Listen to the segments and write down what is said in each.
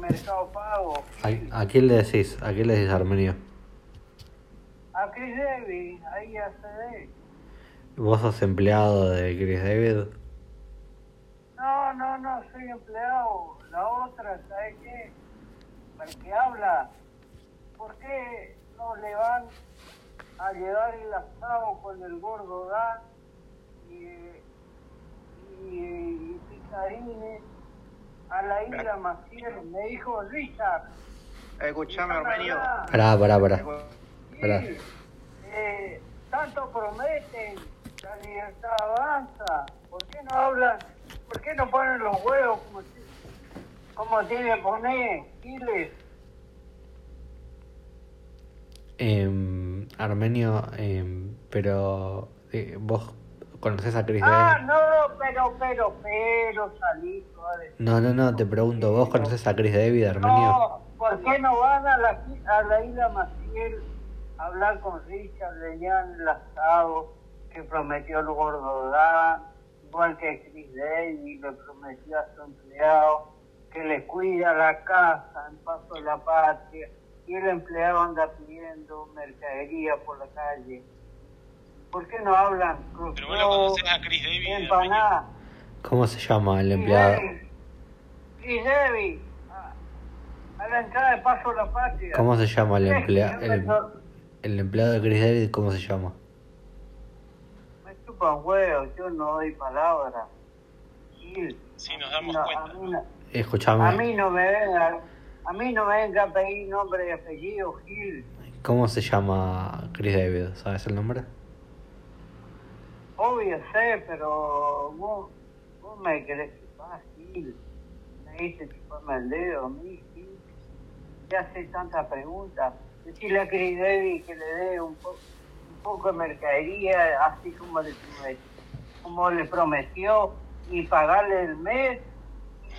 Mercado Pago. ¿A, a quién le decís? ¿A quién le decís Armenio? A Chris Davis, ahí hace de él. ¿Vos sos empleado de Chris David? No, no, no, soy empleado. La otra, ¿sabes qué? El que habla, ¿por qué no le van a llevar el asado con el gordo Dan y, eh, y, eh, y Picarines a la isla Maciel? Me dijo Richard. Escuchame, Armenio. Pará, pará, pará. Pará. Sí, eh, tanto prometen, la libertad avanza. ¿Por qué no hablan? ¿Por qué no ponen los huevos como, si- como tiene que poner Chile? Em, Armenio, em, pero eh, vos conocés a Chris Ah, David. no, pero, pero, pero, salí, joder. No, no, no, te pregunto, ¿vos conocés a Chris David, Armenio? No, ¿por qué no van a la, a la isla Maciel a hablar con Richard Leñán el asado que prometió el gordo Dan, igual que Chris Davis le prometió a su empleado que le cuida la casa en Paso de la Patria y el empleado anda pidiendo mercadería por la calle? ¿Por qué no hablan? Pero vos lo conocés a Chris Davis, Empanadas. ¿Cómo se llama el empleado? Y Debbie, a, a la entrada de Paso de la Patria. ¿Cómo se llama el Sí, empleado? me El, to- el empleado de Chris David, ¿cómo se llama? Me chupan huevos, yo no doy palabra. Gil, Sí, nos damos no, cuenta. A mí, no- a mí Escuchame, no me venga, a mí no me venga a pedir nombre y apellido, Gil. ¿cómo se llama Chris David? ¿Sabes el nombre? Obvio sé, pero vos, vos me querés chupar, Gil. Me dice chuparme el dedo a mí, Gil. Te hace tantas preguntas. Decirle a Chris Davis que le dé un, po- un poco de mercadería, así como le, prome- como le prometió, y pagarle el mes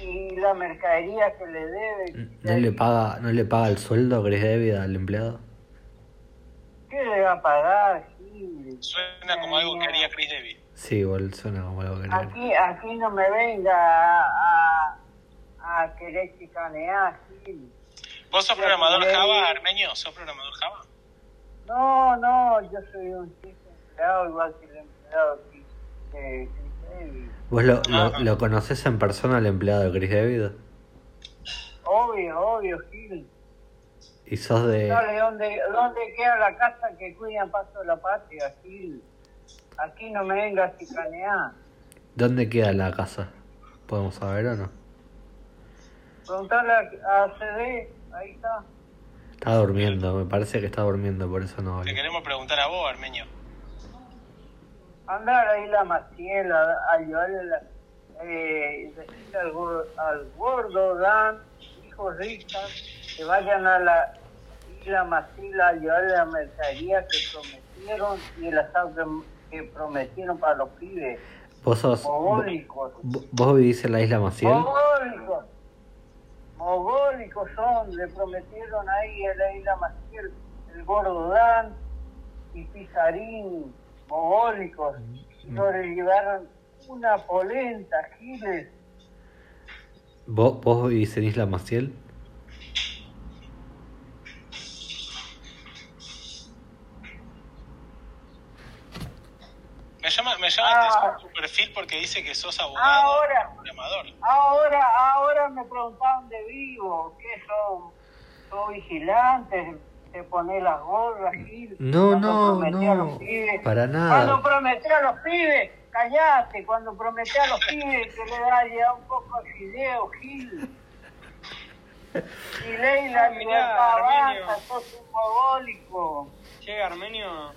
y la mercadería que le debe. ¿No le paga, no le paga el sueldo Chris David al empleado? ¿Qué le va a pagar, Gil? Suena como algo que haría Chris Davis. Sí, igual suena como algo que le- Aquí, aquí no me venga a, a, a querer chicanear, Gil. ¿Vos sos Sí, programador Chris Java, Davis. Armenio? ¿Sos programador Java? No, no, yo soy un chico empleado igual que el empleado que- que que David. ¿Vos lo, lo, lo conocés en persona al empleado de Chris David? Obvio, obvio, Gil. ¿Y sos de...? ¿Sabes dónde, dónde queda la casa que cuida Paso de la Patria, Gil? Aquí no me venga a chicanear. ¿Dónde queda la casa? ¿Podemos saber o no? Preguntale a, a CD, ahí está. Está durmiendo, me parece que está durmiendo, por eso no Te habla. queremos preguntar a vos, Armenio. Andar ahí la Maciel a, a llevarle la, eh, decirle al, gor- al gordo Dan, hijo Richard, que vayan a la isla Maciel a llevarle la mercadería que prometieron y el asado que, que prometieron para los pibes. ¿Vos sos... vo- Mogólicos. vo- ¿Vos vivís en la isla Maciel? Mogólicos. Mogólicos son, le prometieron ahí a la isla Maciel el gordo Dan y Pizarín, mogólicos. Y no le llevaron una polenta, Giles. ¿Vos, vos vivís en Isla Maciel? Me llama, me llama Ah. la atención tu perfil porque dice que sos abogado Ahora, programador. ahora, ahora me preguntaban de vivo, ¿qué son? ¿Son vigilantes? ¿Te pones las gorras, Giles? No, Cuando no, prometí a los no, pibes- para nada. Cuando prometí a los pibes, callate, cuando prometí a los pibes que le da ya un poco de fideo, Gil. Y ley la Mirá, libertad Arminio. avanza, sos un mogólico. Che, Armenio.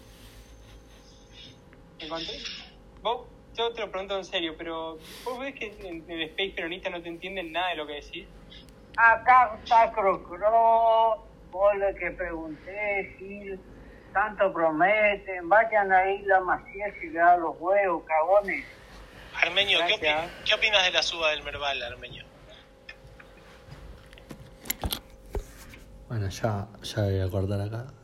¿Me conté? Vos, yo te lo pregunto en serio, pero ¿vos ves que en el space peronista no te entienden nada de lo que decís? Acá está Crocro, vos lo que pregunté, Gil. Tanto prometen, vayan ahí la Maciel y le dan los huevos, cagones. Armenio, ¿qué, Gracias. opi- qué opinas de la suba del Merval, Armenio? Bueno, ya, ya voy a cortar acá.